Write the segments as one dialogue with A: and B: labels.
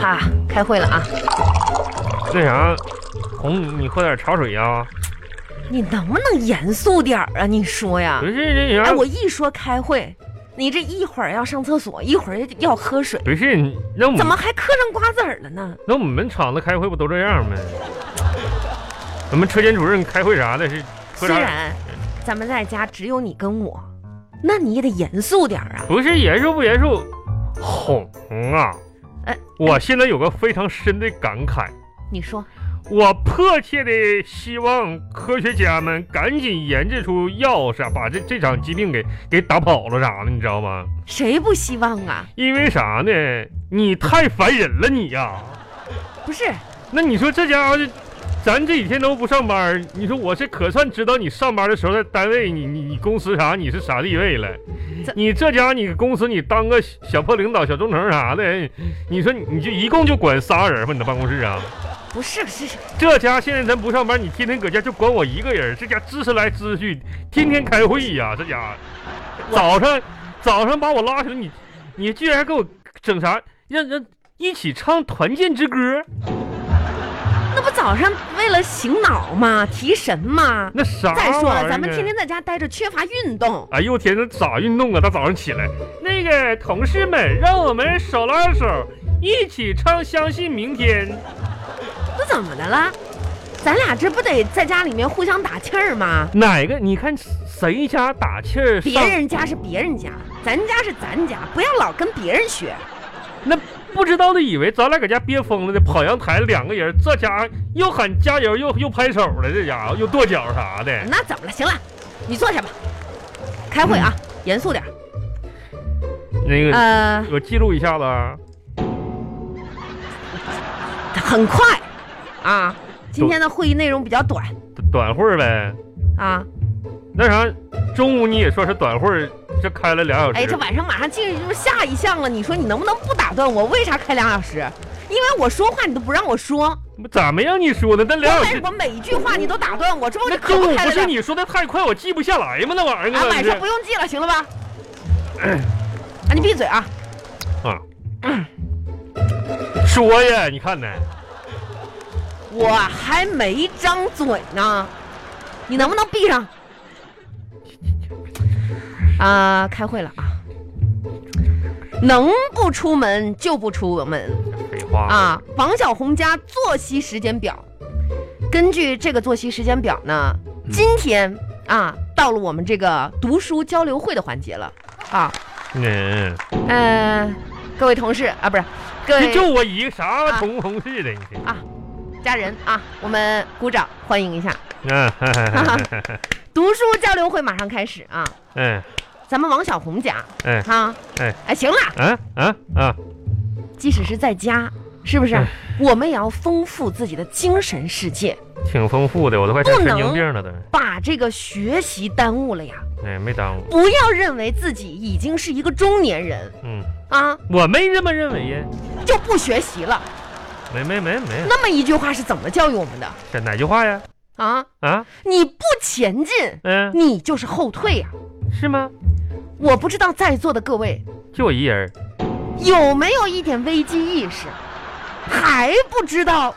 A: 哈，开会了啊！
B: 那啥，红，你喝点茶水呀、
A: 你能不能严肃点儿啊？你说呀
B: 不！是这
A: 哎，
B: 啥，
A: 我一说开会，你这一会儿要上厕所，一会儿要喝水，
B: 不是你那我们
A: 怎么还嗑上瓜子儿了呢？
B: 那我们厂子开会不都这样吗？我们车间主任开会啥的，是喝
A: 虽
B: 啥？
A: 然咱们在家只有你跟我，那你也得严肃点儿啊！
B: 不是严肃不严肃，哄啊！
A: 哎
B: 我现在有个非常深的感慨，
A: 你说，
B: 我迫切的希望科学家们赶紧研制出药啥，把这这场疾病给给打跑了啥的，你知道吗？
A: 谁不希望啊？
B: 因为啥呢？你太烦人了，你呀、
A: 不是，
B: 那你说这家伙这，咱这几天都不上班，你说我这可算知道你上班的时候在单位，你你你公司啥你是啥地位了
A: 这。
B: 你这家你公司你当个小破领导、小中层啥的，你说你你就一共就管仨人吧，你的办公室啊？
A: 不是，不是，
B: 这家现在咱不上班，你天天搁家就管我一个人，这家支持来支持去，天天开会呀、这家早上早上把我拉起来，你你居然还给我整啥，让让一起唱团建之歌，
A: 那不早上为了醒脑吗？提神吗？
B: 那啥玩
A: 再
B: 意儿啊呢？
A: 说了，咱们天天在家待着，缺乏运动。
B: 哎呦我天，那咋运动啊？大早上起来，那个同事们，让我们手拉手一起唱《相信明天》。
A: 这怎么的了？咱俩这不得在家里面互相打气儿吗？
B: 哪个？你看谁家打气儿
A: 别
B: 上？
A: 人家是别人家，咱家是咱家，不要老跟别人学。
B: 那不知道的以为咱俩搁家憋疯了呢，跑阳台两个人，这家伙又喊加油，又又拍手了，这家伙又跺脚啥的。
A: 那怎么了？行了，你坐下吧，开会啊，
B: 嗯
A: 严肃点儿。
B: 那个，
A: 呃，
B: 我记录一下子啊。
A: 很快，啊，今天的会议内容比较短
B: 短短会儿呗。
A: 啊。
B: 那啥，中午你也说是短会儿，这开了俩小时。
A: 哎，这晚上马上进入就是下一项了，你说你能不能不打断我？为啥开两小时？因为我说话你都不让我说，
B: 咋没让你说呢？那俩
A: 我
B: 小
A: 每
B: 时，
A: 我每一句话你都打断我，这不
B: 那
A: 就可
B: 中
A: 不
B: 午
A: 开
B: 不
A: 了
B: 是
A: 两？
B: 你说的太快，我记不下来吗？那玩意
A: 啊，
B: 儿
A: 晚上不用记了，行了 吧？啊，你闭嘴啊！
B: 说呀，你看呢？
A: 我还没张嘴呢，你能不能闭上？啊、开会了啊！能不出门就不出门
B: 废话，
A: 啊！王小红家作息时间表，根据这个作息时间表呢，今天啊，到了我们这个读书交流会的环节了啊。
B: 嗯，
A: 嗯、各位同事啊，不是各
B: 这
A: 位
B: 就我一个啥
A: 啊
B: 同同事的，你这
A: 家人啊，我们鼓掌欢迎一下。
B: 嗯哈
A: 啊
B: 哈哈哈，
A: 读书交流会马上开始啊！
B: 嗯
A: 咱们王小红家，
B: 哎
A: 哈，
B: 哎
A: 哎，行了，
B: 啊啊啊，
A: 即使是在家，是不是
B: 哎？
A: 我们也要丰富自己的精神世界，
B: 挺丰富的，我都快成
A: 不
B: 神
A: 能
B: 经病了都。
A: 把这个学习耽误了呀！
B: 哎，没耽误，
A: 不要认为自己已经是一个中年人
B: 嗯，
A: 啊，
B: 我没这么认为呀，
A: 就不学习了。
B: 没没没没，
A: 那么一句话是怎么教育我们的
B: 这哪句话呀？
A: 啊？
B: 啊，
A: 你不前进，
B: 嗯，
A: 你就是后退呀、
B: 是吗？
A: 我不知道在座的各位
B: 就我一人儿，
A: 有没有一点危机意识？还不知道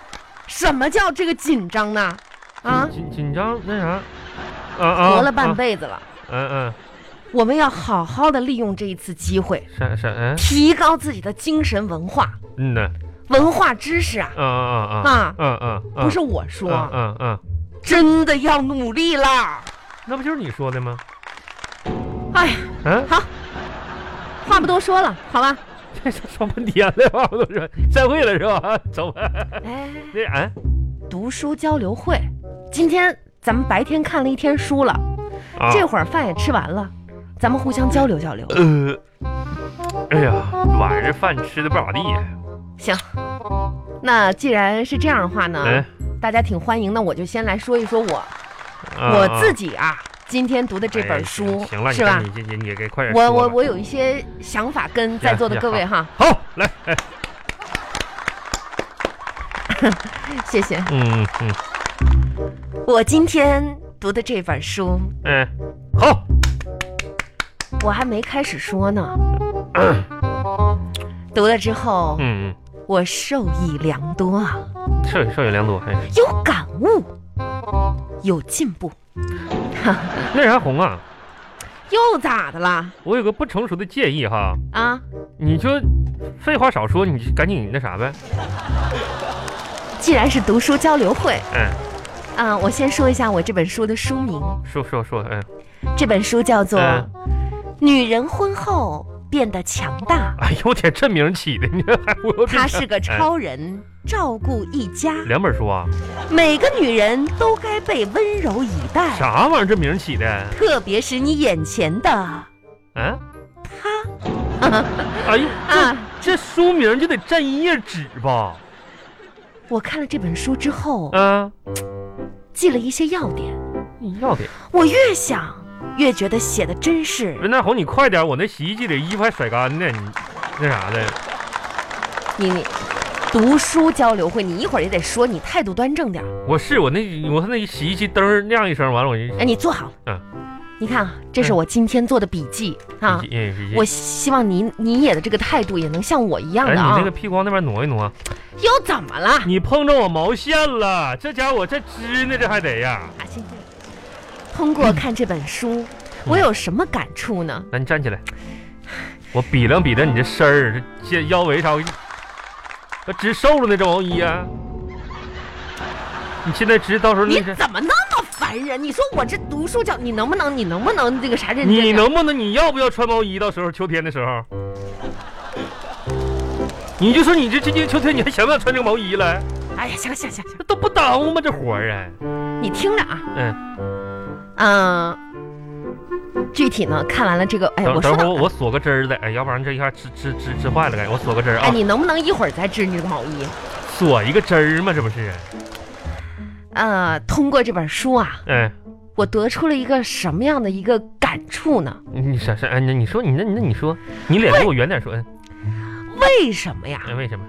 A: 什么叫这个紧张呢？啊，
B: 紧紧张那啥，啊啊，
A: 活了半
B: 啊，
A: 辈子了，
B: 嗯嗯，
A: 我们要好好的利用这一次机会，
B: 啥啥，嗯
A: 提高自己的精神文化、
B: 嗯呐，
A: 文化知识啊！
B: 啊啊啊
A: 啊，
B: 啊啊，嗯
A: 不是，我说，
B: 嗯嗯嗯，
A: 真的要努力啦！
B: 那不就是你说的吗？
A: 哎呀，
B: 嗯。
A: 话不多说了，好吧？
B: 这说半天了吧？啊我都说再会了是吧？啊走吧。
A: 哎，
B: 那啊，
A: 读书交流会，今天咱们白天看了一天书了，
B: 啊
A: 这会儿饭也吃完了，咱们互相交流交流。
B: 呃，哎呀，晚上饭吃的不咋地。
A: 行，那既然是这样的话呢，
B: 哎，
A: 大家挺欢迎，那我就先来说一说我、
B: 啊
A: 我自己啊，今天读的这
B: 哎
A: 本
B: 呀
A: 书，
B: 行行了，
A: 是吧？
B: 你这你你给快点说
A: 我
B: 吧。
A: 我我有一些想法跟在座的各位哈，
B: 好来，哎
A: 谢谢。
B: 嗯嗯
A: 我今天读的这本书，
B: 哎，好，
A: 我还没开始说呢，读了之后，
B: 嗯
A: 我受益良多啊，
B: 受受益良多，还是
A: 有感悟，有进步，
B: 那啥红啊，
A: 又咋的啦？
B: 我有个不成熟的建议哈，
A: 啊，
B: 你就废话少说，你赶紧那啥呗，
A: 既然是读书交流会，
B: 嗯，
A: 啊，我先说一下我这本书的书名，
B: 说说说，嗯，
A: 这本书叫做《
B: 嗯
A: 女人婚后变得强 大
B: 哎呦我天，这名儿起的，你这还我有》，
A: 她是个
B: 哎
A: 超人，照顾一家，
B: 两本书啊，
A: 每个女人都该被温柔以待，
B: 啥玩意儿？这名儿起的，
A: 特别是你眼前的
B: 嗯，
A: 她
B: 哎呀，
A: 啊。
B: 这书名就得占一页纸吧？
A: 我看了这本书之后，
B: 嗯，
A: 记了一些要点，
B: 要得。
A: 我越想越觉得写的真是
B: 文大红，你快点，我那洗衣机里衣服还甩干呢，你那啥的。
A: 你你读书交流会，你一会儿也得说你态度端正点儿。
B: 我是我那我看那洗衣机噔儿亮一声，完了我就
A: 哎，你坐好了。
B: 嗯。
A: 你看啊，这是
B: 嗯
A: 我今天做的笔记啊。
B: 也是
A: 我希望你你也的这个态度也能像我一样
B: 哎，
A: 的
B: 你
A: 啊
B: 那。个屁股往那边挪一挪，
A: 又怎么了？啊
B: 你碰着我毛线了，这家伙这织呢，这还得呀。
A: 啊，行行通过看这本
B: 嗯
A: 书，我有什么感触呢？
B: 来，你站起来，我比量比量你这身儿，这腰围啥，我给你，我织瘦了呢，这毛衣啊。你现在织到时候那
A: 你
B: 是。
A: 怎么那么烦人？你说我这读书教你能不能？你能不能那个啥认真点？
B: 你能不能你要不要穿毛衣？到时候秋天的时候，你就说你这今年秋天你还想不想穿这个毛衣了？
A: 哎呀，行行行行，
B: 这都不耽误吗？这活儿啊，
A: 你听着啊，
B: 嗯，
A: 嗯、具体呢，看完了这个，哎，
B: 等
A: 我
B: 等
A: 说
B: 会儿
A: 到
B: 我我锁个针儿的，哎，要不然这一下织织织织坏了，该我锁个针儿
A: 哎，
B: 啊，
A: 你能不能一会儿再织你这个毛衣？
B: 锁一个针儿嘛，这不是？
A: 呃，通过这本书啊，
B: 哎，
A: 我得出了一个什么样的一个感触呢？
B: 你啥啥？哎，那你说你那那你说，你脸离我远点说，嗯，
A: 为什么呀？
B: 哎为什么？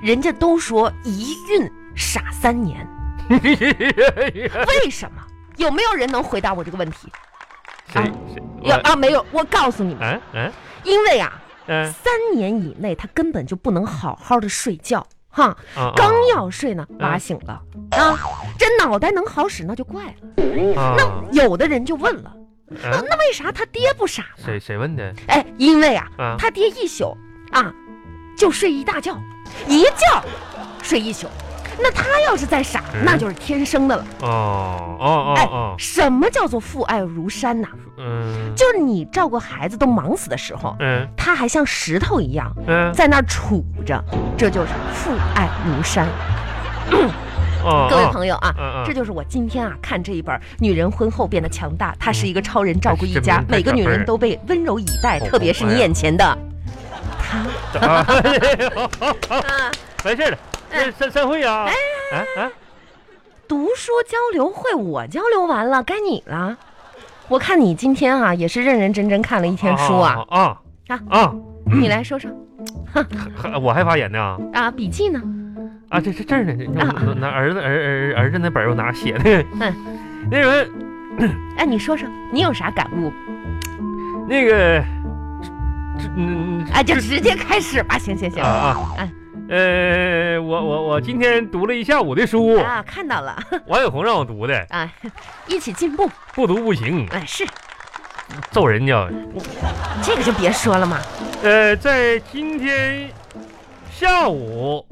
A: 人家都说一孕傻三年， 为什么？有没有人能回答我这个问题？
B: 谁
A: 啊
B: 谁？我
A: 要啊，没有。我告诉你们，
B: 哎哎
A: 因为啊，
B: 嗯
A: 三年以内他根本就不能好好的睡觉，哈，
B: 啊，
A: 刚要睡呢，
B: 嗯
A: 娃醒了啊，这脑袋能好使那就怪了。
B: 啊，
A: 那有的人就问了，
B: 嗯
A: 那为啥他爹不傻呢？
B: 谁谁问的？
A: 哎，因为啊，
B: 啊
A: 他爹一宿啊就睡一大觉，一觉睡一宿。那他要是再傻，
B: 嗯
A: 那就是天生的了。
B: 哦哦哦
A: 哎
B: 哦，
A: 什么叫做父爱如山呐、
B: 嗯
A: 就是你照顾孩子都忙死的时候，
B: 嗯
A: 他还像石头一样
B: 嗯。
A: 在那儿杵着，这就是父爱如山。各位
B: 友，
A: 朋友啊。
B: 嗯嗯
A: 这就是我今天啊看这一本《女人婚后变得强大》，她是一个超人，照顾一
B: 这
A: 家
B: 名，字
A: 每个女
B: 太
A: 人
B: 长
A: 都被温柔以待，
B: 哦
A: 特别是
B: 哎
A: 你
B: 呀
A: 眼前的她。
B: 啊
A: 啊
B: 完事儿了，
A: 嗯
B: 这散散会啊！哎哎，
A: 读书交流会我交流完了，该你了。我看你今天啊也是认认真真看了一天书啊，
B: 啊
A: 啊
B: 啊！
A: 你来说说
B: 还我还发言呢啊！
A: 啊，笔记呢？
B: 啊，这这这儿呢，这
A: 啊
B: 我拿儿子儿儿儿子那本儿我拿写的。
A: 嗯
B: 那什么
A: 哎，你说说你有啥感悟？
B: 那个，这这嗯
A: 哎，就直接开始吧，行行行
B: 啊啊
A: 哎
B: 呃，我我我今天读了一下午的书，
A: 啊，看到了
B: 王小红让我读的，
A: 啊，一起进步，
B: 不读不行，
A: 哎，是
B: 揍人家。
A: 这个就别说了嘛，
B: 呃，在今天下午，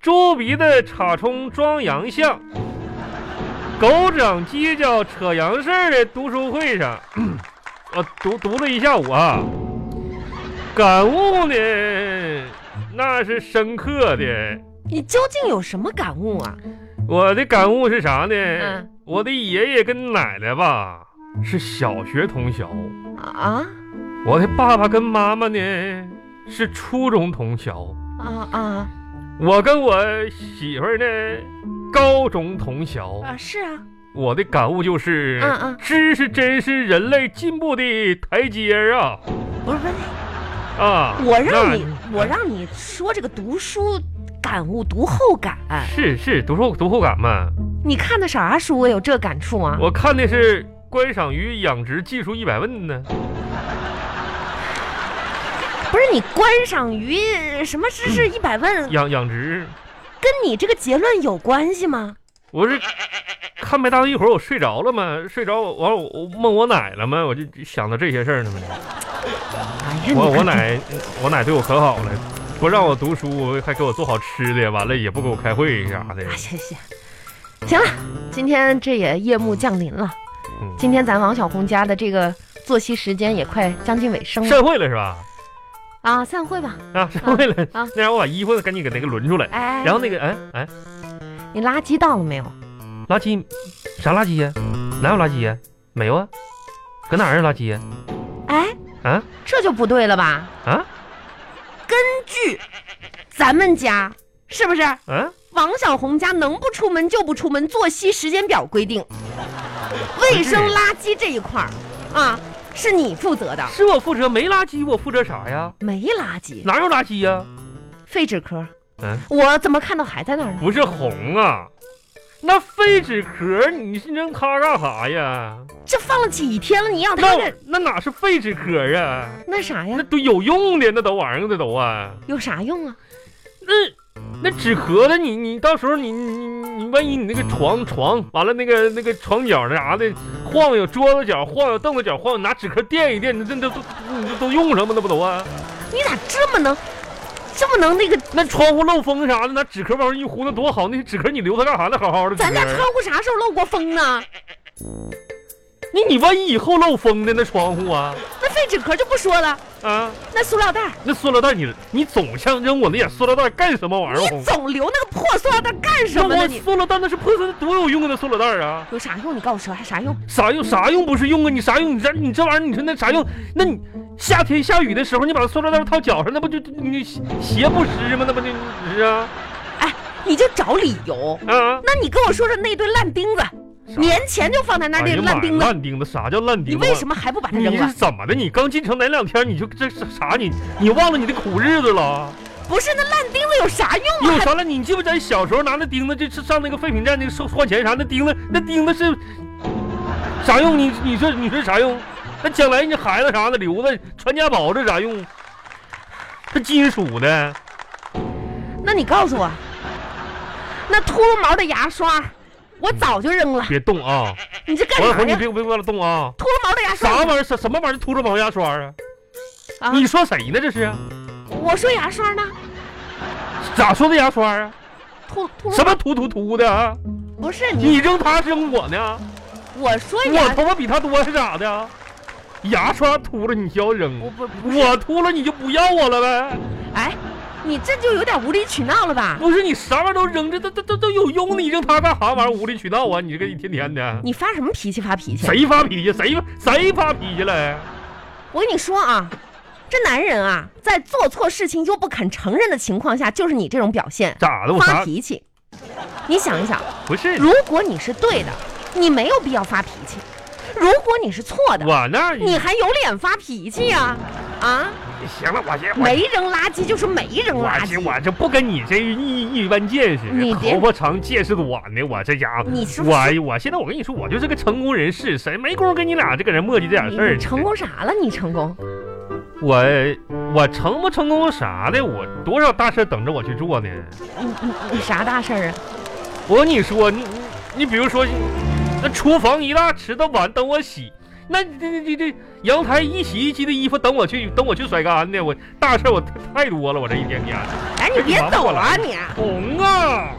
B: 猪鼻子插冲装洋相，狗长犄角扯洋事儿的读书会上，我读读了一下午啊，感悟呢，那是深刻的。
A: 你究竟有什么感悟啊？
B: 我的感悟是啥呢？
A: 嗯
B: 我的爷爷跟奶奶吧是小学同校，
A: 啊
B: 我的爸爸跟妈妈呢是初中同校。
A: 啊啊
B: 我跟我媳妇儿呢，高中同校。
A: 啊！是啊，
B: 我的感悟就是，
A: 嗯嗯
B: 知识真是人类进步的台阶儿啊
A: 不是不是，
B: 啊！
A: 我让
B: 那
A: 你我让你说这个读书感悟、读后感，
B: 是是读书读后感嘛？
A: 你看的啥书？我有这感触啊？
B: 我看的是《观赏鱼养殖技术一百问》呢。
A: 不是你观赏鱼什么知识
B: 嗯
A: 一百问，
B: 养养殖，
A: 跟你这个结论有关系吗？
B: 我是看没大一会儿我睡着了嘛，睡着我完了我我梦我奶了嘛，我就想到这些事儿呢嘛。
A: 哎呀，
B: 我
A: 你
B: 我
A: 看
B: 奶我奶对我可好了，不让我读书，还给我做好吃的，完了也不给我开会啥的
A: 啊，。行行，行了，今天这也夜幕降临了，
B: 嗯
A: 今天咱王小红家的这个作息时间也快将近尾声了
B: 散会了是吧？
A: 啊，散会吧。
B: 啊，散会了
A: 啊。
B: 那让我把衣服赶紧给那个轮出来，
A: 哎，
B: 然后那个哎哎，
A: 你垃圾倒了没有？
B: 垃圾啥垃圾呀？哪有垃圾呀？没有啊，搁哪儿啊垃圾呀？
A: 哎，
B: 啊
A: 这就不对了吧？
B: 啊
A: 根据咱们家是不是
B: 啊！
A: 王小红家能不出门就不出门作息时间表规定，卫生垃圾这一块儿啊是你负责的，
B: 是我负责，没垃圾我负责啥呀？
A: 没垃圾，
B: 哪有垃圾呀？
A: 废纸壳。
B: 嗯，
A: 我怎么看到还在那儿呢？
B: 不是红啊，那废纸壳你是扔它干啥呀？
A: 这放了几天了，你让他
B: 那
A: 这
B: 那哪是废纸壳啊？
A: 那啥呀
B: 那？都有用的，那都玩意儿的都啊。
A: 有啥用啊？
B: 那那纸壳子，你你到时候你你你你万一你那个床床完了那个那个床角那啥的晃悠，桌子角晃悠，凳子角晃悠，拿纸壳垫一垫，那那那都你这都用上吗？那不都啊？
A: 你咋这么能，这么能那个？
B: 那窗户漏风啥的，拿纸壳往上一糊，那多好！那些纸壳你留它干啥呢？好好的纸壳。
A: 咱家窗户啥时候漏过风呢？
B: 你你万一以后漏风的那窗户啊
A: 那废纸壳就不说了，
B: 啊，
A: 那塑料袋儿，
B: 那塑料袋你你总想扔我那点塑料袋干什么玩 意儿？
A: 你总留那个破塑料袋干什
B: 那
A: 么呢
B: 我
A: 你？
B: 塑料袋那是破那多有用啊！那塑料袋啊，
A: 有啥用？你告诉我，还啥用？
B: 啥用啥用不是用啊？你啥用？你这你这玩意儿，你说那啥用？那你夏天下雨的时候，你把塑料袋套脚上，那不就你鞋鞋不湿吗？那不就是啊
A: 你就找理由。
B: 啊！
A: 那你跟我说说那堆烂钉子，年前就放在那儿
B: 哎
A: 那
B: 呀
A: 个
B: 妈呀
A: 烂钉子，
B: 烂钉子，啥叫烂
A: 你
B: 钉子？啊
A: 为什么还不把它
B: 你
A: 扔
B: 是
A: 了？
B: 怎么的？你刚进城哪两天你就这这啥你？你忘了你的苦日子了？
A: 不是那烂钉子有啥用 啊？
B: 有啥了？你记不记得小时候拿那钉子，就是上那个废品站那个收换钱啥，那钉子那钉子是啥用？你你说你说啥用？那将来你孩子啥的留着传家宝这啥用？这金属的，
A: 那你告诉我，那秃噜毛的牙刷，我早就扔了。
B: 别动啊！
A: 你这干
B: 王小
A: 啥
B: 红，你
A: 呀？
B: 别别别了动啊！
A: 秃噜毛的牙
B: 啥
A: 刷
B: 玩意儿？什什么玩意儿？秃噜毛牙刷啊？
A: 啊！
B: 你说谁呢？这是
A: 我说牙刷呢？
B: 咋说的牙刷啊？
A: 秃秃噜
B: 什么突突突的啊？
A: 不是你，
B: 你扔它是扔我呢？
A: 我说
B: 我
A: 牙，
B: 头发比他多是咋的？啊牙刷秃了你就要扔
A: 我，不不是，
B: 我秃了你就不要我了呗？
A: 哎，你这就有点无理取闹了吧？
B: 不是你啥玩意儿都扔，这都都都都有用的，你扔它干啥玩意儿？无理取闹啊！你这个一天天的，
A: 你发什么脾气发脾气？啊
B: 谁发脾气？谁谁发脾气了？
A: 我跟你说啊，这男人啊，在做错事情又不肯承认的情况下，就是你这种表现，
B: 咋的？我
A: 发
B: 啥？
A: 脾气。你想一想，
B: 不是
A: 如果你是对的，你没有必要发脾气；如果你是错的，
B: 我那
A: 你还有脸发脾气呀、啊？
B: 行了，我先我
A: 没扔垃圾就是没扔
B: 我
A: 垃
B: 这
A: 圾。
B: 我这不跟你这一一般见识，
A: 你别
B: 头发长见识短的，我这家伙，
A: 你是不是
B: 我我现在我跟你说，我就是个成功人士，谁没工夫跟你俩这个人磨叽这点
A: 你
B: 事儿？
A: 你成功啥了？你成功？
B: 我我成不成功啥的，我多少大事等着我去做呢。
A: 你你你啥大事儿啊？
B: 我跟你说，你你你比如说，那厨房一大池的碗等我洗，那这这这阳台一洗衣机的衣服等我去等我去甩干呢。我大事我太太多了，我这一天天
A: 哎，你别走啊你！
B: 红啊！